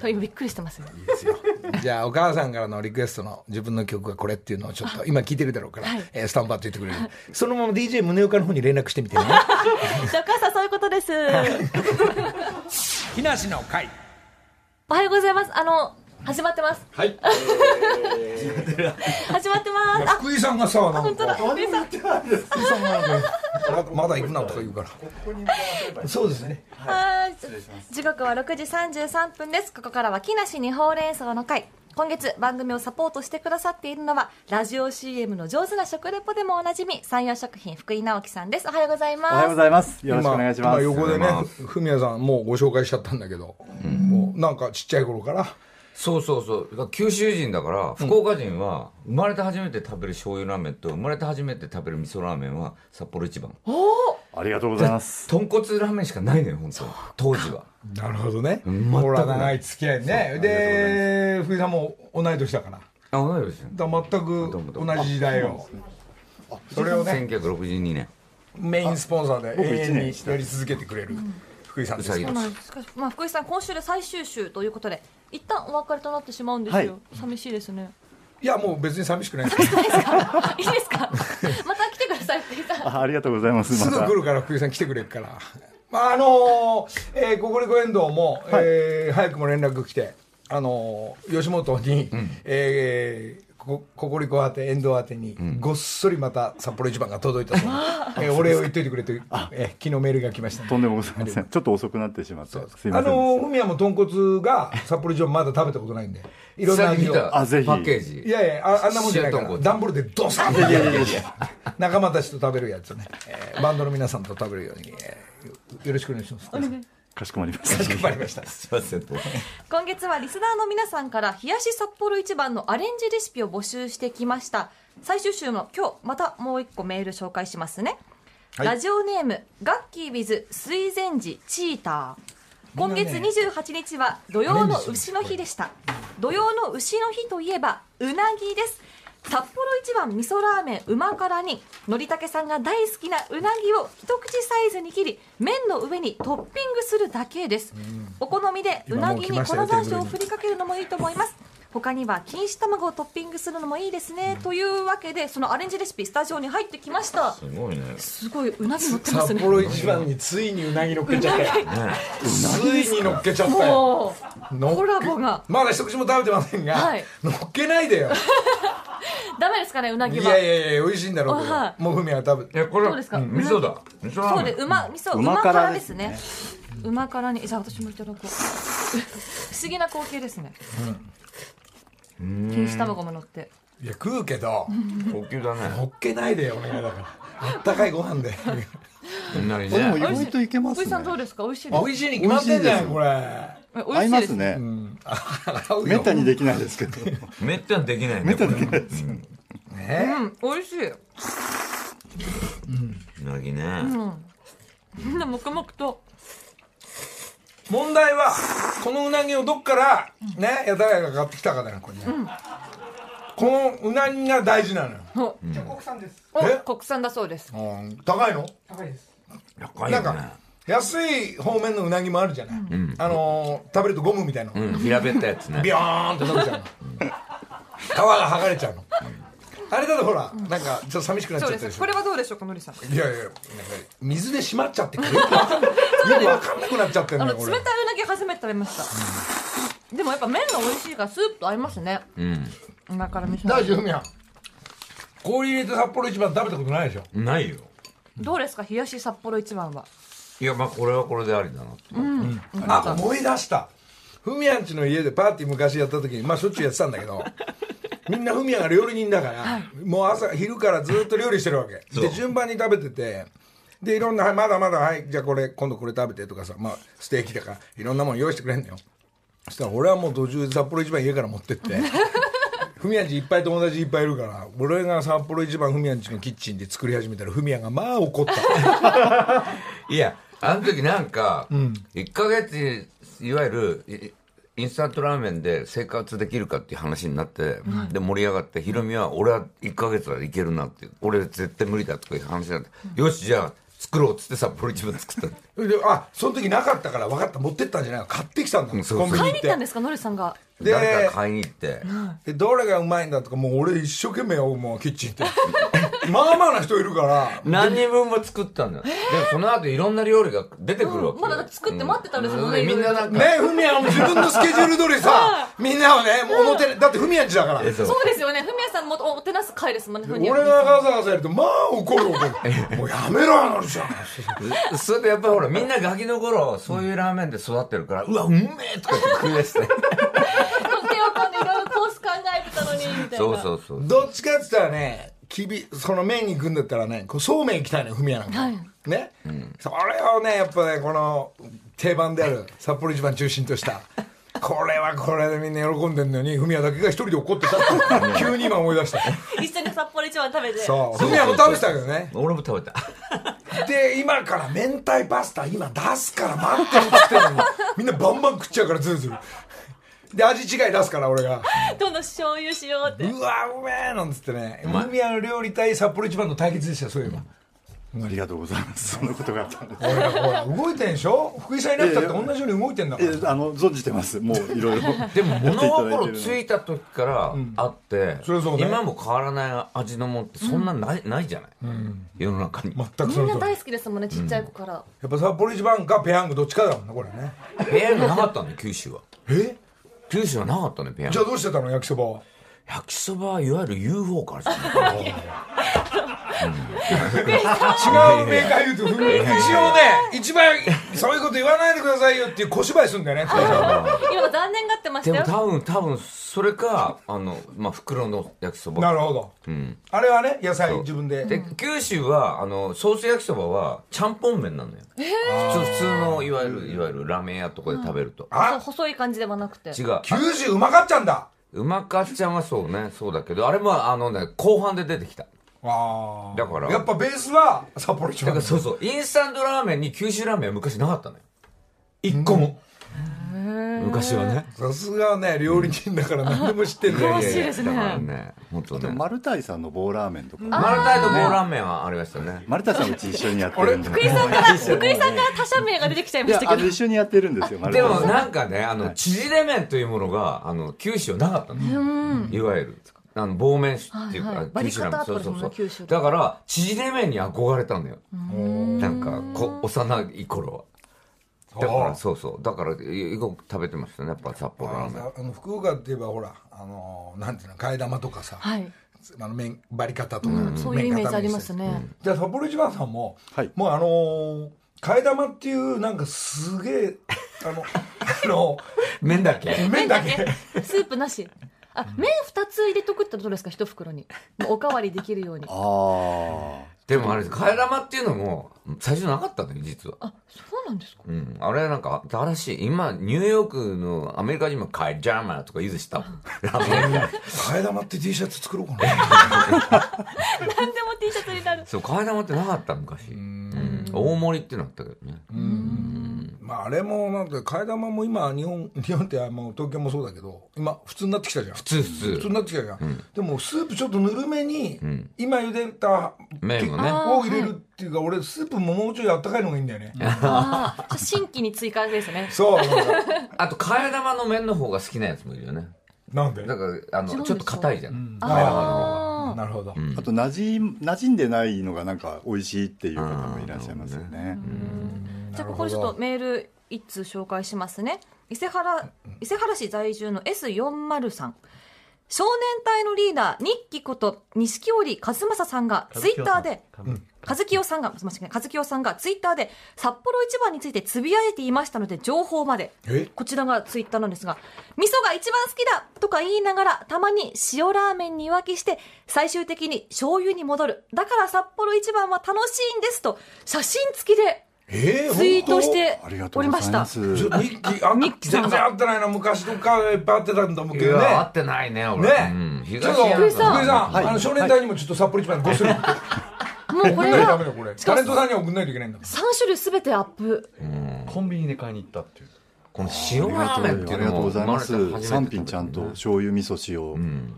Speaker 3: う今びっくりしてますよ
Speaker 1: じゃあお母さんからのリクエストの自分の曲はこれっていうのをちょっと今聞いてるだろうから、
Speaker 3: はい
Speaker 1: えースタンバって言ってくれるそのまま DJ 宗岡の方に連絡して みてね
Speaker 3: じゃあお母さんそういうことです
Speaker 4: 木梨の会
Speaker 3: おはようございますあの始まってますはい始まってますあ
Speaker 1: 福井さんがさなん
Speaker 3: 本当だ
Speaker 1: か
Speaker 3: びっくりした
Speaker 1: 福井さんがなんかまだ行くなとか言うからそうですね
Speaker 3: はい時刻は6時33分ですここからは木梨にほうれん草の会今月番組をサポートしてくださっているのはラジオ CM の上手な食レポでもおなじみ山陽食品福井直樹さんですおはようございます
Speaker 6: おはようございます。よろしくお願いします。
Speaker 1: 今今横で
Speaker 2: お
Speaker 1: ね
Speaker 2: はようござ
Speaker 1: ふみやさんもうご紹介しちゃったんだけど、もうなんかちっちゃい頃から
Speaker 2: そうそうそうだから九州人だから福岡人は生まれて初めて食べる醤油ラーメンと生まれて初めて食べる味噌ラーメンは札幌一番
Speaker 6: ありがとうございます。
Speaker 2: 豚骨ラーメンしかないのよ本当当時は
Speaker 1: なるほどね
Speaker 2: 全くない
Speaker 1: ほら長い付き合いねで福井さんも同い年だから
Speaker 2: あ同い年
Speaker 1: だから全く
Speaker 2: どうもどう
Speaker 1: 同じ時代をそれをね
Speaker 2: 1962年
Speaker 1: メインスポンサーで
Speaker 6: 僕
Speaker 1: 永
Speaker 6: 一
Speaker 1: 遠
Speaker 6: 年
Speaker 1: にやり続けてくれる福井さんです
Speaker 2: うさぎ
Speaker 1: よ
Speaker 2: 年
Speaker 3: まあしかしまあ、福井さん今週で最終週ということで一旦お別れとなってしまうんですよ、
Speaker 6: は
Speaker 3: 寂しいですね
Speaker 1: いやもう別に寂し くないです
Speaker 3: いいですか また来てください福井さん
Speaker 6: あありがとうございます。
Speaker 1: すぐ来るから福井さん来てくれるからまああのーえー、ココリコ遠藤も、えー早くも連絡来てあのー吉本に、えーこココリコ宛て遠藤宛てに、ごっそりまた札幌一番が届い たそうで、えーお礼を言っといてくれて、えー昨日メールが来ました
Speaker 6: とんでもございません。ちょっと遅くなってしまって。すい
Speaker 1: あ
Speaker 6: ませんで
Speaker 1: の
Speaker 6: し
Speaker 1: フミヤも豚骨が札幌一番まだ食べたことないんでいろんな味を
Speaker 2: さっき見た
Speaker 6: あぜひ
Speaker 2: パッケージ
Speaker 1: いやいやああんなもんじゃないか
Speaker 2: 塩
Speaker 1: ら
Speaker 2: 豚骨
Speaker 1: 段ボールでドサンと仲間たちと食べるやつね、えーバンドの皆さんと食べるように、えーよろしくお願いしますか
Speaker 6: た。かしこまりました。
Speaker 1: しこまりました
Speaker 2: すいませんと
Speaker 3: 今月はリスナーの皆さんから冷やし札幌一番のアレンジレシピを募集してきました最終週の今日またもう一個メール紹介しますね、
Speaker 1: はい
Speaker 3: ラジオネームガッキー with 水前寺チーター今月28日は土曜の牛の日でした土曜の牛の日といえばうなぎです札幌一番味噌ラーメンうま辛にのりたけさんが大好きなうなぎを一口サイズに切り麺の上にトッピングするだけですお好みでう
Speaker 1: 今
Speaker 3: な
Speaker 1: もう
Speaker 3: ぎ
Speaker 1: 来
Speaker 3: に
Speaker 1: まし
Speaker 3: 粉
Speaker 1: た
Speaker 3: 山
Speaker 1: よテーブル
Speaker 3: 椒を
Speaker 1: に
Speaker 3: 振りかけるのもいいと思います他には錦糸卵をトッピングするのもいいですねというわけでそのアレンジレシピスタジオに入ってきました
Speaker 2: すごいね
Speaker 3: すごいうなぎ乗ってます
Speaker 1: 札
Speaker 3: ね
Speaker 1: 幌一番についにうなぎ乗っけちゃったよついに乗っけちゃったよ
Speaker 3: もう
Speaker 1: 乗っけ
Speaker 3: コラボが
Speaker 1: まだ一口も食べてませんが、
Speaker 3: はい
Speaker 1: 乗っけないでよ
Speaker 3: ダメですかねうないぎは
Speaker 1: やいやいや美味しいんだろうけど、
Speaker 3: はい
Speaker 1: もうフミヤは食べ
Speaker 2: いやこれ
Speaker 3: どうですか
Speaker 2: 味噌だ味噌
Speaker 3: そう
Speaker 2: ラーメ
Speaker 3: で
Speaker 2: ン
Speaker 3: うま味噌う
Speaker 6: うま
Speaker 3: ま
Speaker 6: 辛
Speaker 3: 辛で
Speaker 6: ですす
Speaker 3: ねうま辛にじゃあ私もいただこう不思議な光景ですね錦糸卵も乗って
Speaker 1: いや食うけど
Speaker 2: 高級だね
Speaker 1: 乗っけないでよお願いだからあったかいご飯で
Speaker 2: うなぎ
Speaker 6: で
Speaker 2: ね
Speaker 6: も意外といけます
Speaker 3: 福井
Speaker 6: ね。
Speaker 3: さんどうですか美味しいです
Speaker 1: 美味しいに決まってんじゃんこれ
Speaker 3: え美
Speaker 6: 合
Speaker 3: 味し
Speaker 6: い
Speaker 3: い
Speaker 6: ま
Speaker 3: です
Speaker 6: すね。
Speaker 1: 合う
Speaker 6: め
Speaker 1: よ
Speaker 6: ったにできないですけど。
Speaker 2: めったにできないねこれ
Speaker 1: ね
Speaker 3: うん美味しいう
Speaker 2: なぎね
Speaker 3: みんな黙々と
Speaker 1: 問題はこのうなぎをどっからねやたらが買ってきたかだなこれね、このうなぎが大事なのよ、
Speaker 3: お
Speaker 1: え
Speaker 3: 国産だそうです
Speaker 1: うん、高いの
Speaker 2: 高い
Speaker 1: なん
Speaker 2: よ
Speaker 1: か安い方面のうなぎもあるじゃない、あのー食べるとゴムみたいなの、
Speaker 2: ねうん平べったやつね
Speaker 1: ビヨーンって伸びちゃうの皮が剥がれちゃうのあれだとほらなんかちょっと寂しくなっち
Speaker 3: そう
Speaker 1: ゃ
Speaker 3: で
Speaker 1: ったですし
Speaker 3: こ
Speaker 1: ょ
Speaker 3: れはどうでしょうかのりさん
Speaker 1: いやいやなんか水で締まっちゃってくるよくわ かんないよくわかんなくなっちゃってる
Speaker 3: あ
Speaker 1: の
Speaker 3: の
Speaker 1: よ
Speaker 3: 冷
Speaker 1: こ
Speaker 3: たい
Speaker 1: れ
Speaker 3: うなぎ初めて食べましたでもやっぱ麺が美味しいからスープと合いますね
Speaker 2: うん
Speaker 3: 今から味噌
Speaker 1: 大
Speaker 3: ラーメ
Speaker 1: 丈夫やん氷入れて札幌一番食べたことないでしょ
Speaker 2: ないよ
Speaker 3: ンどうですか冷やし札幌一番はい
Speaker 2: やまあこれはこれでありだな
Speaker 1: あ思い出したふみやんちの家でパーティー昔やった時にまあしょっちゅうやってたんだ けどみんなふみやんが料理人だから、もう朝昼からずっと料理してるわけで順番に食べててでいろんなはい「まだまだはいじゃあこれ今度これ食べて」とかさ、まあ、ステーキだからいろんなもん用意してくれんのよそしたら俺はもう途中で札幌一番家から持ってって ふみやんちいっぱい友達いっぱいいるから俺が札幌一番ふみやんちのキッチンで作り始めたらふみやんがまあ怒った
Speaker 2: いやあの時なんか1ヶ月いわゆるいインスタントラーメンで生活できるかっていう話になって、で盛り上がってヒロミは俺は1ヶ月はいけるなって俺絶対無理だとかいう話になって、よしじゃあ作ろうっつって札幌一番作った
Speaker 1: それであその時なかったから分かった持ってったんじゃないの買ってきたんだ
Speaker 2: うんそうそ
Speaker 1: コン
Speaker 2: う
Speaker 1: ビニ
Speaker 3: 買い
Speaker 1: 行
Speaker 3: に
Speaker 1: っ
Speaker 3: 行った
Speaker 1: て
Speaker 3: ん ですかのりさんが
Speaker 1: で
Speaker 2: 誰か買いに行って
Speaker 1: でどれがうまいんだとかもう俺一生懸命よもうキッチン行ってまあまあな人いるから
Speaker 2: 何人分も作ったんだよ、でもその後いろんな料理が出てくるわけよ、
Speaker 3: うんまだだって作って待ってたんですもんね
Speaker 2: う
Speaker 3: いろ
Speaker 2: み
Speaker 3: い
Speaker 2: ん
Speaker 3: ろ
Speaker 2: ななんか、
Speaker 1: ねふみやんも自分のスケジュール通りさみんなをねもう表にだってふみやんちだから
Speaker 2: えそう
Speaker 3: そうですよねふみやさんもおもてなす会ですもんねふみ
Speaker 1: 俺
Speaker 3: や
Speaker 1: がガサガサやるとまあ怒る怒るもうやめろあのじゃん
Speaker 2: それでやっぱりほらみんなガキの頃そういうラーメンで育ってるから、うわうめえとかって食い出 して
Speaker 3: 手を込んでいろいろコース考えてたのにみたいな
Speaker 2: そうそうそう
Speaker 1: どっちかっつったらねきびその麺に行くんだったらねこうそうめん行きたいねふみやなんか、ね、それをねやっぱねこの定番である札幌一番中心としたこれはこれでみんな喜んでんのにふみやだけが一人で怒ってたって急に今思い出した
Speaker 3: 一緒に札幌一番食べて
Speaker 1: そうふみやも食べてたけどね
Speaker 2: 俺も食べた
Speaker 1: で今から明太パスタ今出すから待ってるっつってんのにみんなバンバン食っちゃうからズルズルで味違い出すから俺が
Speaker 3: どの醤油しようって
Speaker 1: うわうめえなんつってね
Speaker 2: まい
Speaker 1: 海屋の料理対札幌一番の対決でしたよそういえば
Speaker 6: ありがとうございます。そんなことがあったんです。
Speaker 1: ほらほら動いてんでしょ福井さんいなくたって同じように動いてんだか
Speaker 6: え
Speaker 1: ら
Speaker 6: あの存じてます。もういろいろ。
Speaker 2: でも物心
Speaker 6: い
Speaker 2: ついた時からあって、
Speaker 1: そりゃそうね
Speaker 2: 今も変わらない味のもんってそんなない,、ないじゃない、世の中に、
Speaker 1: 全く
Speaker 3: み
Speaker 1: そ
Speaker 3: ん
Speaker 1: の
Speaker 3: な
Speaker 1: 通り
Speaker 3: 大好きですもんねちっちゃい子から、
Speaker 1: やっぱ札幌一番かペヤングどっちかだもんねこれね
Speaker 2: ペヤングなかったんだよ九州は
Speaker 1: え
Speaker 2: 九州はなかったねペヤン
Speaker 1: じゃあ
Speaker 2: グ
Speaker 1: どうしてたの焼きそばは
Speaker 2: 焼きそばはいわゆる UFO からじゃない
Speaker 1: 違うメーカー言うと一応ね一番そういうこと言わないでくださいよっていう小芝居するんだよね福井さんは
Speaker 3: 今残念がってまし
Speaker 2: で
Speaker 3: た
Speaker 2: も多
Speaker 3: よ
Speaker 2: 分多分それかあの、まあ、袋の焼きそば
Speaker 1: なるほど
Speaker 2: うん
Speaker 1: あれはね野菜自分で
Speaker 2: で九州はあのソース焼きそばはちゃんぽん麺なのよ、普通普通のいわゆるいわゆるラーメン屋とかで食べると、
Speaker 3: そう
Speaker 1: あ
Speaker 3: 細い感じではなくて
Speaker 2: 違うあ
Speaker 1: 90うまかっちゃんだ
Speaker 2: うまかっちゃんはそうねそうだけどあれもあのね後半で出てきた
Speaker 1: あー
Speaker 2: だから
Speaker 1: やっぱベースは札幌一
Speaker 2: だ
Speaker 1: 番
Speaker 2: からそうそうインスタントラーメンに九州ラーメンは昔なかったのよ一個も昔はね
Speaker 1: さすがね料理人だから何でも知ってる
Speaker 2: いや
Speaker 1: ね
Speaker 2: いやいや
Speaker 3: 詳しいです
Speaker 2: だ
Speaker 3: ね
Speaker 2: からね本当ね
Speaker 6: マルタイさんの棒ラーメンとか。
Speaker 2: マルタイと棒ラーメンはありましたね
Speaker 6: マルタイさんうち一緒にやってるんで。
Speaker 3: 福井さんから福井さんから他社名が出てきちゃい
Speaker 6: い
Speaker 3: まし
Speaker 6: や
Speaker 3: た
Speaker 6: あ
Speaker 3: け
Speaker 6: の
Speaker 3: ど
Speaker 6: 一緒にやってるんですよ。マル
Speaker 2: で
Speaker 6: タイ
Speaker 2: も
Speaker 6: さん。
Speaker 2: なんかねあの縮れ麺というものがあの九州はなかったのいわゆるあの棒麺っていう
Speaker 3: はいはい
Speaker 2: かあ九州ラーメン
Speaker 3: バリカタだった
Speaker 2: そ
Speaker 3: で
Speaker 2: う
Speaker 3: す
Speaker 2: そ
Speaker 3: もんね
Speaker 2: う
Speaker 3: 九
Speaker 2: そ
Speaker 3: 州
Speaker 2: うだから縮れ麺に憧れたのよなんかこ幼い頃はだからそうそうだからいよく食べてましたねやっぱ札幌ラーメン
Speaker 1: ああの福岡って言えばほらあのーなんていうの替え玉とかさ、
Speaker 3: はい
Speaker 1: あの麺バリ方とか、
Speaker 3: そういうイメージあります
Speaker 1: ね
Speaker 3: ね、
Speaker 1: じゃあ札幌一番さんも、
Speaker 6: はい
Speaker 1: もうあのー替え玉っていうなんかすげ えあのあの
Speaker 2: 麺だけ
Speaker 1: 麺だけ
Speaker 3: スープなしあ麺2つ入れとくってどうですか一袋にもうおかわりできるように
Speaker 6: ああ。
Speaker 2: でもあれ替え玉っていうのも最初なかったのよ実は
Speaker 3: あそうなんですか
Speaker 2: うん、あれなんか新しい今ニューヨークのアメリカ人も替えジャーマーとか言うでしたもんラーメン
Speaker 1: 替え玉って T シャツ作ろうか な
Speaker 3: 何でも T シャツになる
Speaker 2: そう替え玉ってなかった昔うん大盛りってなったけどね
Speaker 1: まああれもなんか替え玉も今日本 日本ってあの東京もそうだけど今普通になってきたじゃん普
Speaker 2: 普通普
Speaker 1: 普通
Speaker 2: 通
Speaker 1: になってきたじゃん、でもスープちょっとぬるめに、
Speaker 2: ん
Speaker 1: 今茹でた
Speaker 2: 麺をね
Speaker 1: を入れるっていうか俺スープももうちょいあったかいのがいいんだよね、
Speaker 3: あー新規に追加ですね
Speaker 1: そう
Speaker 2: あと替え玉の麺の方が好きなやつもいるよね
Speaker 1: なんで
Speaker 2: だからあ
Speaker 3: 違うん
Speaker 2: の
Speaker 3: です
Speaker 2: ち
Speaker 3: か
Speaker 2: ょっと硬いじゃん、
Speaker 3: あ
Speaker 1: なるほど、
Speaker 6: あと馴染馴染んでないのがなんか美味しいっていう方もいらっしゃいますよね。
Speaker 3: じゃあここでちょっとメール一通紹介しますね伊勢原伊勢原市在住の S403 さん少年隊のリーダー日記こと錦織和正さんがツイッターで和清さんが、すみません、和清さんがツイッターで札幌一番についてつぶやいていましたので、情報まで
Speaker 1: え。
Speaker 3: こちらがツイッターなんですが、味噌が一番好きだとか言いながら、たまに塩ラーメンに浮気して、最終的に醤油に戻る。だから札幌一番は楽しいんですと、写真付きで
Speaker 1: え
Speaker 3: ツイートし
Speaker 1: 本
Speaker 3: て
Speaker 6: ありがと
Speaker 3: お
Speaker 6: う
Speaker 3: り
Speaker 6: ご
Speaker 3: ま
Speaker 6: ざい
Speaker 3: した
Speaker 6: ま。
Speaker 1: 当
Speaker 6: す。
Speaker 1: ちょ日記あ
Speaker 3: 日記さ
Speaker 1: 全
Speaker 3: んが
Speaker 1: 然合ってないな昔とかいっぱい合ってたんだもん
Speaker 2: い
Speaker 1: けどね
Speaker 2: や合ってないね俺
Speaker 1: ね
Speaker 2: うん、
Speaker 1: ちょっ
Speaker 2: 東
Speaker 1: と
Speaker 2: 山
Speaker 1: 福井
Speaker 3: さん
Speaker 1: さん、
Speaker 6: はい
Speaker 1: あの少年隊にもちょっと札幌一番にごするって
Speaker 3: もうこ
Speaker 1: 送ん
Speaker 3: れ
Speaker 1: なきゃダメ
Speaker 3: は
Speaker 1: だよこれ
Speaker 3: し
Speaker 1: タ
Speaker 3: かも
Speaker 1: レントさんには送んないといけないんだ
Speaker 3: 3種類すべてアップ。
Speaker 5: コンビニで買いに行ったっていう
Speaker 2: この塩ラーメンって
Speaker 6: あ
Speaker 2: いう
Speaker 6: りが
Speaker 2: の
Speaker 6: とう
Speaker 2: も
Speaker 6: ございます
Speaker 2: 生まれて初めて食べた。
Speaker 6: 三品ちゃんと醤油味噌塩、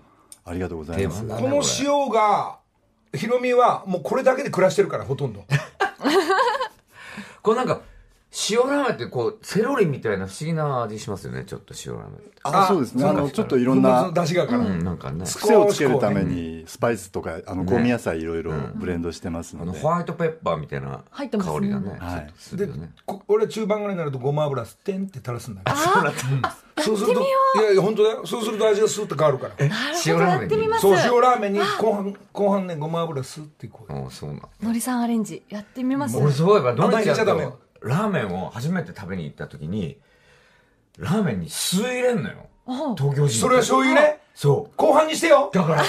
Speaker 6: ありがとうございます
Speaker 2: 定。番
Speaker 1: この塩がヒロミはもうこれだけで暮らしてるからほとんど
Speaker 2: これなんか塩ラーメンってこうセロリみたいな不思議な味しますよねちょっと塩ラーメンって
Speaker 6: あ
Speaker 1: あ
Speaker 6: そうですね。
Speaker 2: そう
Speaker 6: あ
Speaker 2: なん
Speaker 6: の
Speaker 2: です
Speaker 6: ちょ
Speaker 2: よ
Speaker 6: っといろ
Speaker 1: 粉
Speaker 6: ん
Speaker 1: 末の
Speaker 6: な
Speaker 1: 出汁がから、
Speaker 2: うんなんかね
Speaker 6: 癖をつけるためにスパイスとかあの香味野菜いろいろブレンドしてます
Speaker 2: あ
Speaker 6: の
Speaker 2: の
Speaker 6: で。
Speaker 2: ホワイトペッパーみたいな香
Speaker 3: 入ってますね
Speaker 2: りがね
Speaker 6: はい
Speaker 2: ちょっとす
Speaker 1: で
Speaker 2: るよね
Speaker 1: こ俺は中盤ぐらいになるとごま油すってんって垂らすんだけどうんそうするといやいや本当だよそうすると味がスーッと変わるから
Speaker 2: 塩ラーメ
Speaker 3: や
Speaker 2: ン
Speaker 3: ってみます。
Speaker 1: そう塩ラーメンに後半後半ねごま油スーッてこう
Speaker 2: うんそうなん
Speaker 3: のりさんアレンジ、やってみます。
Speaker 2: 俺そういえばのりちゃん
Speaker 1: 甘いの
Speaker 2: とラーメンを初めて食べに行った時にラーメンに酢入れんのよ
Speaker 3: あ
Speaker 2: 東京人って
Speaker 1: それは醤油ね
Speaker 2: そ
Speaker 1: 後半にしてよ
Speaker 2: うだから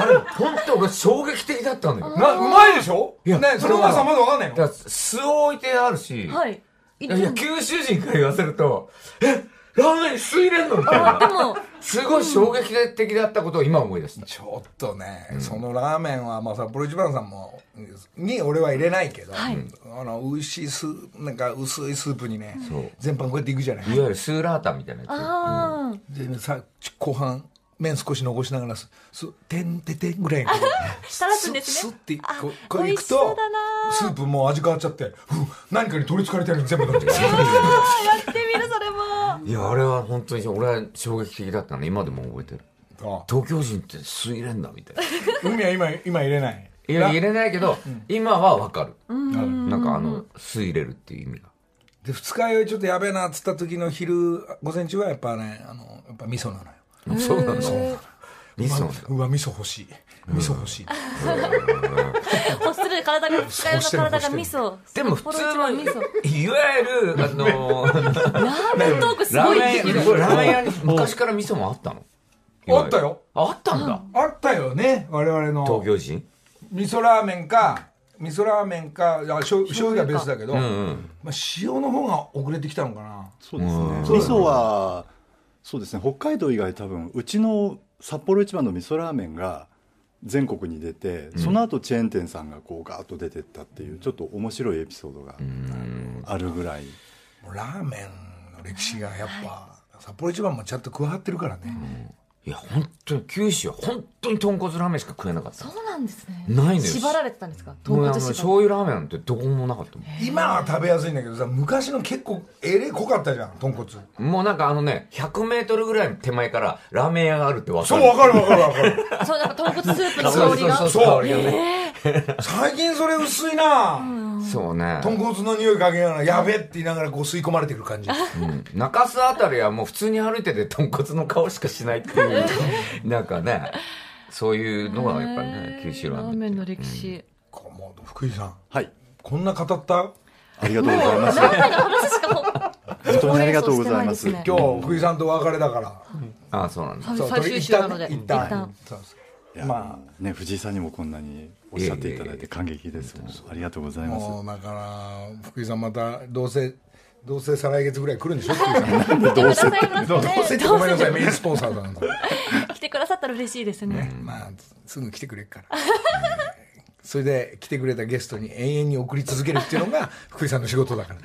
Speaker 2: あれ本当俺衝撃的だったのよだか
Speaker 1: なうまいでしょ
Speaker 2: いや
Speaker 1: ねそのうまさまだわかんないの
Speaker 2: ら酢を置いてあるし
Speaker 3: はい。い
Speaker 2: いやいや九州人から言わせるとえラーメン吸い入れんのみたい
Speaker 3: あで
Speaker 2: な。
Speaker 3: も
Speaker 2: すごい衝撃的だったことを今思い出した。
Speaker 1: ちょっとね、そのラーメンは、まあ、札幌一番さんも、に俺は入れないけど、
Speaker 3: はい
Speaker 1: あの、美味しいスープ、なんか薄いスープにね
Speaker 2: そう、
Speaker 1: 全般こうやっていくじゃない
Speaker 2: い。わゆるスーラータンみたいなや
Speaker 3: あー
Speaker 1: でさ、後半、麺少し残しながら、す、す、てんてんてんぐらいの。
Speaker 3: 垂らすんですね
Speaker 1: すって、こう
Speaker 3: あ、
Speaker 1: これいく
Speaker 3: 美味しそ
Speaker 1: と
Speaker 3: うだな、
Speaker 1: スープもう味変わっちゃって、ふう何かに取り憑かれたように全部食べて る。
Speaker 3: あーやってみるそれも
Speaker 2: つ。いや、あれは本当に俺は衝撃的だったの、今でも覚えてる。
Speaker 1: あ
Speaker 2: 東京人って吸い入れんだみたい な。
Speaker 1: 海は今、今入れない。
Speaker 2: いや、入れないけど、今はわかる。なんかあの、吸い入れるっていう意味が。
Speaker 1: で、二日酔いちょっとやべえなっつった時の昼、午前中はやっぱね、あの、やっぱ味噌なのよ。
Speaker 2: そうなの味噌なんだ
Speaker 1: うわ、味噌欲しい。味噌欲しい。
Speaker 3: 欲する体が使うの体が味噌
Speaker 2: でも普通
Speaker 3: 札
Speaker 2: の、
Speaker 3: 幌一番
Speaker 2: い
Speaker 3: 味噌
Speaker 2: わゆる、あの、
Speaker 3: ラーメントークす
Speaker 2: ラ
Speaker 3: ご
Speaker 2: ー
Speaker 3: い
Speaker 2: メン屋に、これラーメン屋に昔から味噌もあったの
Speaker 1: あったよ。
Speaker 2: ああったんだ。
Speaker 1: あったよね、我々の。
Speaker 2: 東京人
Speaker 1: 味噌ラーメンか味噌ラーメンかあ醤醤油がベースだけど、まあ、塩の方が遅れてきたのかな
Speaker 6: そうですね味噌はそうですね北海道以外多分うちの札幌一番の味噌ラーメンが全国に出て、その後チェーン店さんがこうガーッと出てったっていうちょっと面白いエピソードがあるぐらい、
Speaker 1: もうラーメンの歴史がやっぱ、札幌一番もちゃんと加わってるからね、
Speaker 2: いや、本当に、九州は本当に豚骨ラーメンしか食えなかった。
Speaker 3: そうなんですね
Speaker 2: ないのよ
Speaker 3: 縛られてたんですか豚
Speaker 2: もうあ
Speaker 3: 骨
Speaker 2: の
Speaker 3: 縛
Speaker 2: 醤油ラーメンなんてどこもなかったもん
Speaker 1: 今は食べやすいんだけどさ昔の結構えれ濃かったじゃん豚骨
Speaker 2: もうなんかあのね、100メートルぐらい手前からラーメン屋があるってわか
Speaker 1: そ
Speaker 2: る。
Speaker 1: うわかるわかるわかる
Speaker 3: そうなんか豚骨スープの
Speaker 2: そうそ
Speaker 3: 香り
Speaker 2: う
Speaker 3: が
Speaker 2: そう
Speaker 1: そう
Speaker 2: 香りがね
Speaker 1: 最近それ薄いな
Speaker 2: そうね。
Speaker 1: 豚骨の匂いかけながらやべえって言いながらこう吸い込まれてくる感じ
Speaker 2: うん中洲あたりはもう普通に歩いてて豚骨の顔しかしないっていう、なんかね、そういうのがやっぱりね、九州ラーメン。
Speaker 3: ンの歴史
Speaker 1: こうもう福井さん
Speaker 6: はい
Speaker 1: こんな語った
Speaker 6: ありがとうございます
Speaker 3: ラーメンの話しかも
Speaker 6: 本当にありがとうございます
Speaker 3: ほうれん草してないですね
Speaker 1: 今日福井さんとお別れだから、
Speaker 2: ああ、そうなんだ。
Speaker 3: はい
Speaker 1: そう
Speaker 3: 最
Speaker 1: 取り
Speaker 3: 終週なので
Speaker 1: 一旦ね
Speaker 3: 一旦
Speaker 1: そうそう
Speaker 6: いや
Speaker 1: ま
Speaker 6: ね藤井さんにもこんなにおっしゃっていただいて感激です、ありがとうございます
Speaker 1: もうだから福井さんまたどうせどうせ再来月ぐらい来るんでしょ福井さん
Speaker 3: どうせ来てくだ
Speaker 1: どう
Speaker 3: さいま
Speaker 1: せ
Speaker 3: す
Speaker 1: っ
Speaker 3: ね
Speaker 1: てごめんなさいメインスポンサーなんで
Speaker 3: 来てくださったら嬉しいですね
Speaker 1: まあすぐ来てくれる からそれで来てくれたゲストに永遠に送り続けるっていうのが福井さんの仕事だから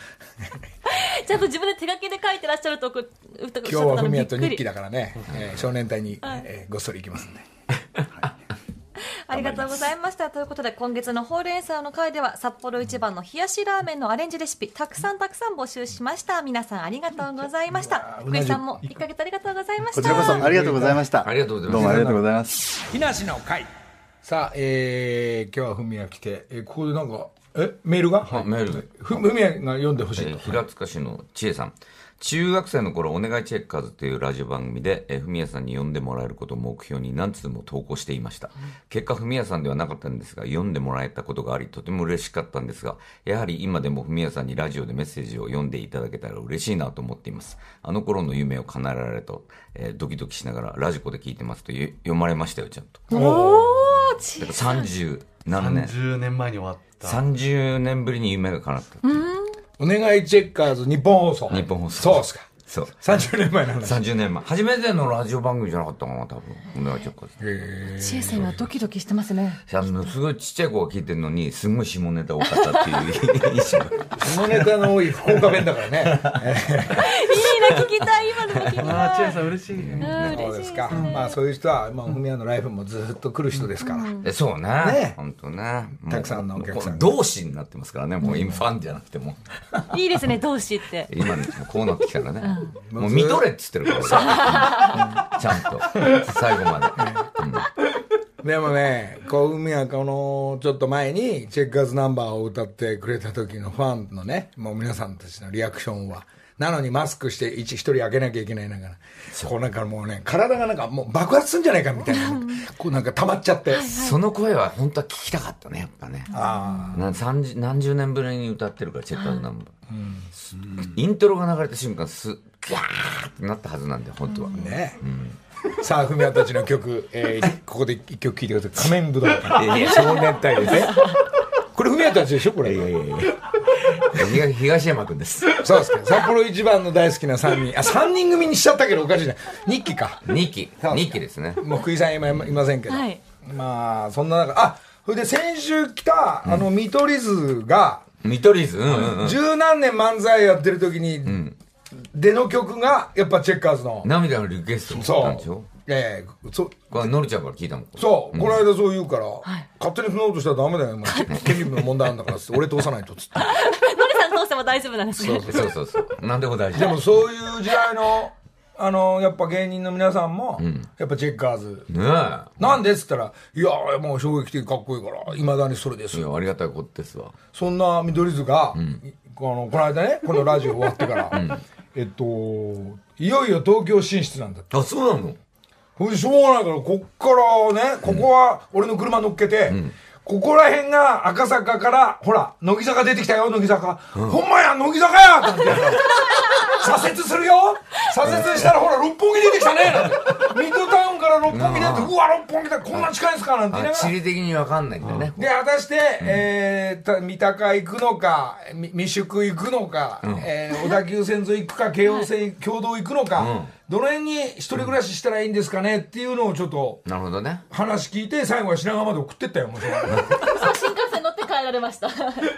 Speaker 3: ちゃんと自分で手書きで書いてらっしゃるとこ今
Speaker 1: 今日はフミヤと日記だからね、えー少年隊に、えーごっそり行きますんで
Speaker 3: ありがとうございました。ということで、今月のほうれん草の会では、札幌一番の冷やしラーメンのアレンジレシピ、たくさんたくさん募集しました。皆さんありがとうございました。福井さんも1ヶ月ありがとうございまし
Speaker 6: こちらこそ
Speaker 3: た。
Speaker 6: ありがとうございました
Speaker 2: ありがとうございます
Speaker 6: どうもありがとうございます
Speaker 4: 木梨の会
Speaker 1: さあ、えー今日はフミヤ来て、えーここでなんかえメールが
Speaker 2: あメールで
Speaker 1: ふフミヤが読んでほしい
Speaker 2: えー
Speaker 1: と
Speaker 2: 平塚市の千恵さん。中学生の頃、お願いチェッカーズというラジオ番組で、えー、ふみやさんに呼んでもらえることを目標に何通も投稿していました。結果、ふみやさんではなかったんですが、読んでもらえたことがあり、とても嬉しかったんですが、やはり今でもふみやさんにラジオでメッセージを読んでいただけたら嬉しいなと思っています。あの頃の夢を叶えられると、えードキドキしながらラジコで聞いてますとゆ読まれましたよ、ちゃんと。
Speaker 3: おー、ち
Speaker 2: だから37年。
Speaker 5: 30年前に終わった
Speaker 2: 30年ぶりに夢が叶った。
Speaker 1: お願いチェッカーズ日本放送
Speaker 2: 日本放送
Speaker 1: そうっすか
Speaker 2: そう。
Speaker 1: 30年前の話
Speaker 2: 30年前初めてのラジオ番組じゃなかったかな多分お願いチェッカーズ
Speaker 3: 千恵さんはドキドキしてますね。
Speaker 2: あのすごいちっちゃい子が聞いてるのにすごい下ネタ多かったっていう印象が
Speaker 1: 下ネタの多い福岡弁だからね
Speaker 3: いいな、聞きたい、今のも聞き
Speaker 5: ああ千
Speaker 3: た
Speaker 5: 恵
Speaker 3: い。
Speaker 5: さん嬉しい、
Speaker 3: うん
Speaker 1: そう
Speaker 3: 嬉
Speaker 1: で
Speaker 3: し
Speaker 1: す
Speaker 3: い
Speaker 1: かまあそういう人はまあふみやのライフもずっと来る人ですから、
Speaker 2: えそうね
Speaker 1: ね
Speaker 2: 本当ねもう
Speaker 1: たくさんのお客さん
Speaker 2: もう同志になってますからねもうインファンじゃなくても
Speaker 3: いいですね、同志って。
Speaker 2: 今もうこうなってきたらね、もう見とれっつってるから、うんちゃんと最後まで、うん
Speaker 1: でもねこうふみやこのちょっと前にチェッカーズナンバーを歌ってくれた時のファンのねもう皆さんたちのリアクションはなのにマスクして一一人開けなきゃいけないながらこうなんかもうね体がなんかもう爆発するんじゃないかみたいなこうなんか溜まっちゃって
Speaker 2: その声は本当は聞きたかったねやっぱね
Speaker 1: あ
Speaker 2: な30何十年ぶりに歌ってるからチェッカーズナンバー、すイントロが流れた瞬間すギャーってなったはずなんだよ本当は、
Speaker 1: あね、さあふみやたちの曲、えーここで一曲聴いてください仮面舞踏会
Speaker 2: いやいや少年隊ですね
Speaker 1: これ、ふみやたちでしょ、これ。
Speaker 2: 東東山君です。
Speaker 1: そうですか。札幌一番の大好きな3人。あ、3人組にしちゃったけどおかしいな。日記か。
Speaker 2: 二期、二期ですね。
Speaker 1: もう福井さん今いませんけど。
Speaker 3: はい
Speaker 1: まあ、そんな中、あ、それで先週来た、あの、見取り図が、
Speaker 2: 見取り図、うんうんうん。
Speaker 1: 十何年漫才やってる時に、出の曲が、やっぱチェッカーズの。
Speaker 2: 涙のリクエスト
Speaker 1: そ
Speaker 2: なんでしょ
Speaker 1: う。ええそ
Speaker 2: これのりちゃんから聞いたもん。
Speaker 1: そう、この間そう言うから、勝手にそんなことしたらダメだよ、お前。権利の問題あるんだからっつって、俺通さないとっつって。
Speaker 3: のりさん通しても大丈夫なんです
Speaker 2: そ
Speaker 3: ね
Speaker 2: うそうそうそう。なんでも大事。
Speaker 1: でもそういう時代の、あの、やっぱ芸人の皆さんも、やっぱチェッカーズ。
Speaker 2: ねえ。いや、
Speaker 1: なんでっつったら、いや、もう衝撃的かっこいいから、いまだにそれですよ。
Speaker 2: ありがたいことですわ。
Speaker 1: そんな緑図が、この、この間ね、このラジオ終わってから、えっと、いよいよ東京進出なんだって。
Speaker 2: あ、そうなの
Speaker 1: ほいでしょうがないから、こっからね、ここは俺の車乗っけて、ここら辺が赤坂から、ほら、乃木坂出てきたよ、乃木坂。ほんまや、乃木坂やなんて 言って左折するよ左折したらほら、六本木出てきたねなんてミッドタウンから六本木出て、うわ、六本木だ、こんな近いんすかなんて言いな
Speaker 2: あ、
Speaker 1: がら
Speaker 2: 地。理的にわかんないんだよね。
Speaker 1: で、果たして、えーた三鷹行くのか、み三宿行くのか、えー小田急線沿い行くか、京王線、共同行くのか、どの辺に一人暮らししたらいいんですかねっていうのをちょっと
Speaker 2: なるほどね。
Speaker 1: 話聞いて、最後は品川まで送ってったよ、もうそれ
Speaker 3: 新幹 線乗って帰られました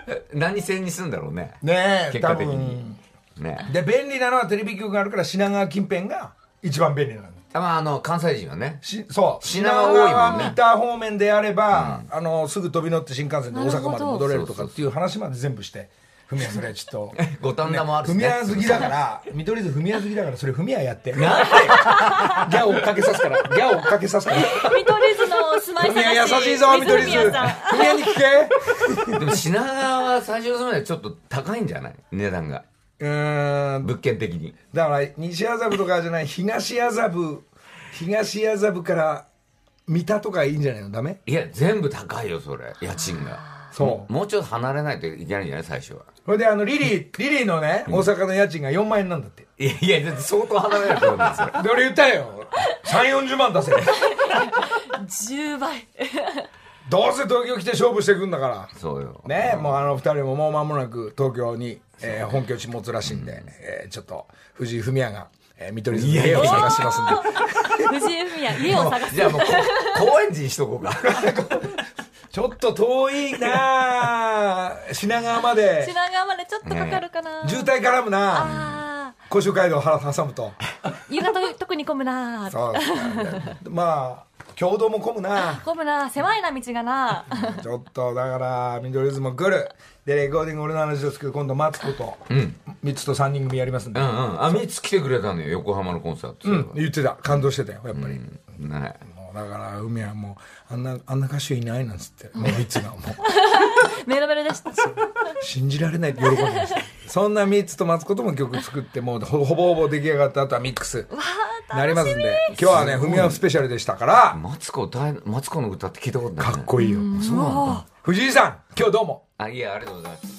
Speaker 2: え何線にすんだろうね。
Speaker 1: ねえ、
Speaker 2: 結
Speaker 1: 多
Speaker 2: 果的
Speaker 1: 分
Speaker 2: に。ね
Speaker 1: で、便利なのはテレビ局があるから、品川近辺が一番便利なの。
Speaker 2: たまあの、関西人は ね。
Speaker 1: しそう
Speaker 2: 品川多いもんね
Speaker 1: 品三田方面であれば、あのすぐ飛び乗って新幹線で大阪まで戻れるとかっていう話まで全部して文也それちょっと
Speaker 2: 五反田もあるし
Speaker 1: 文
Speaker 2: ね
Speaker 1: 也好きだから緑図文也好きだからそれ文也やってなんでギャ追っかけさすからギャ追っかけさすから
Speaker 3: 見取り図の住まい
Speaker 1: 文
Speaker 3: 探し
Speaker 1: 也優しいぞ
Speaker 3: 水
Speaker 1: 緑図
Speaker 3: 宮
Speaker 1: 文
Speaker 3: さん
Speaker 1: 也に聞け
Speaker 2: でも品川は最初の住までちょっと高いんじゃない値段が。
Speaker 1: うーん
Speaker 2: 物件的に。
Speaker 1: だから西麻布とかじゃない東麻布東麻布から三田とかいいんじゃないのダメ
Speaker 2: いや、全部高いよ、それ。家賃が。
Speaker 1: そう
Speaker 2: もうちょっと離れないといけないんじゃない最初は。
Speaker 1: それであのリリーリリーのね大阪の家賃が4万円なんだって
Speaker 2: いやいや、だって相当離れないと思うんですよ。
Speaker 1: で俺言ったよ3 4 0万出せ
Speaker 3: 10倍
Speaker 1: どうせ東京来て勝負してくんだから
Speaker 2: そうよ。
Speaker 1: ねえもうあの二人ももう間もなく東京に、えー本拠地持つらしいんで、えーちょっと藤井フミヤが、えー、見取り図の家を探しますんで
Speaker 3: 藤井フミヤ家を探す
Speaker 2: じゃあもうこ、 高円寺にしとこうか。
Speaker 1: ちょっと遠い なあ品川まで
Speaker 3: 品川までちょっとかかるかな、
Speaker 1: 渋滞絡むな
Speaker 3: あ
Speaker 1: 甲州街道を挟むと
Speaker 3: あ夕方特に混むな
Speaker 1: そうまあ共同も混むな
Speaker 3: 混むな狭いな道がな
Speaker 1: ちょっとだからミドルズも来るでレコーディング俺の話ですけど今度マツコと3つと3人組やりますんで
Speaker 2: うんうん。あ、三つ来てくれたのよ、横浜のコンサート。
Speaker 1: うん、言ってた感動してたよやっぱり、
Speaker 2: ね
Speaker 1: もうだから海はもうあんなあんな歌手いないなんつってもういつがもう
Speaker 3: メロメロでした
Speaker 1: 信じられないって喜んでま したそんなミッツとマツコとも曲作ってもうほほぼほぼ出来上がった後はミックスなりますんで今日はね海はスペシャルでしたから
Speaker 2: マツコ歌え、マツコの歌って聞いたことない、ね。
Speaker 1: かっこいいよ
Speaker 2: そうなんだ。
Speaker 1: 藤井さん今日どうも
Speaker 2: あ、いや、ありがとうございます。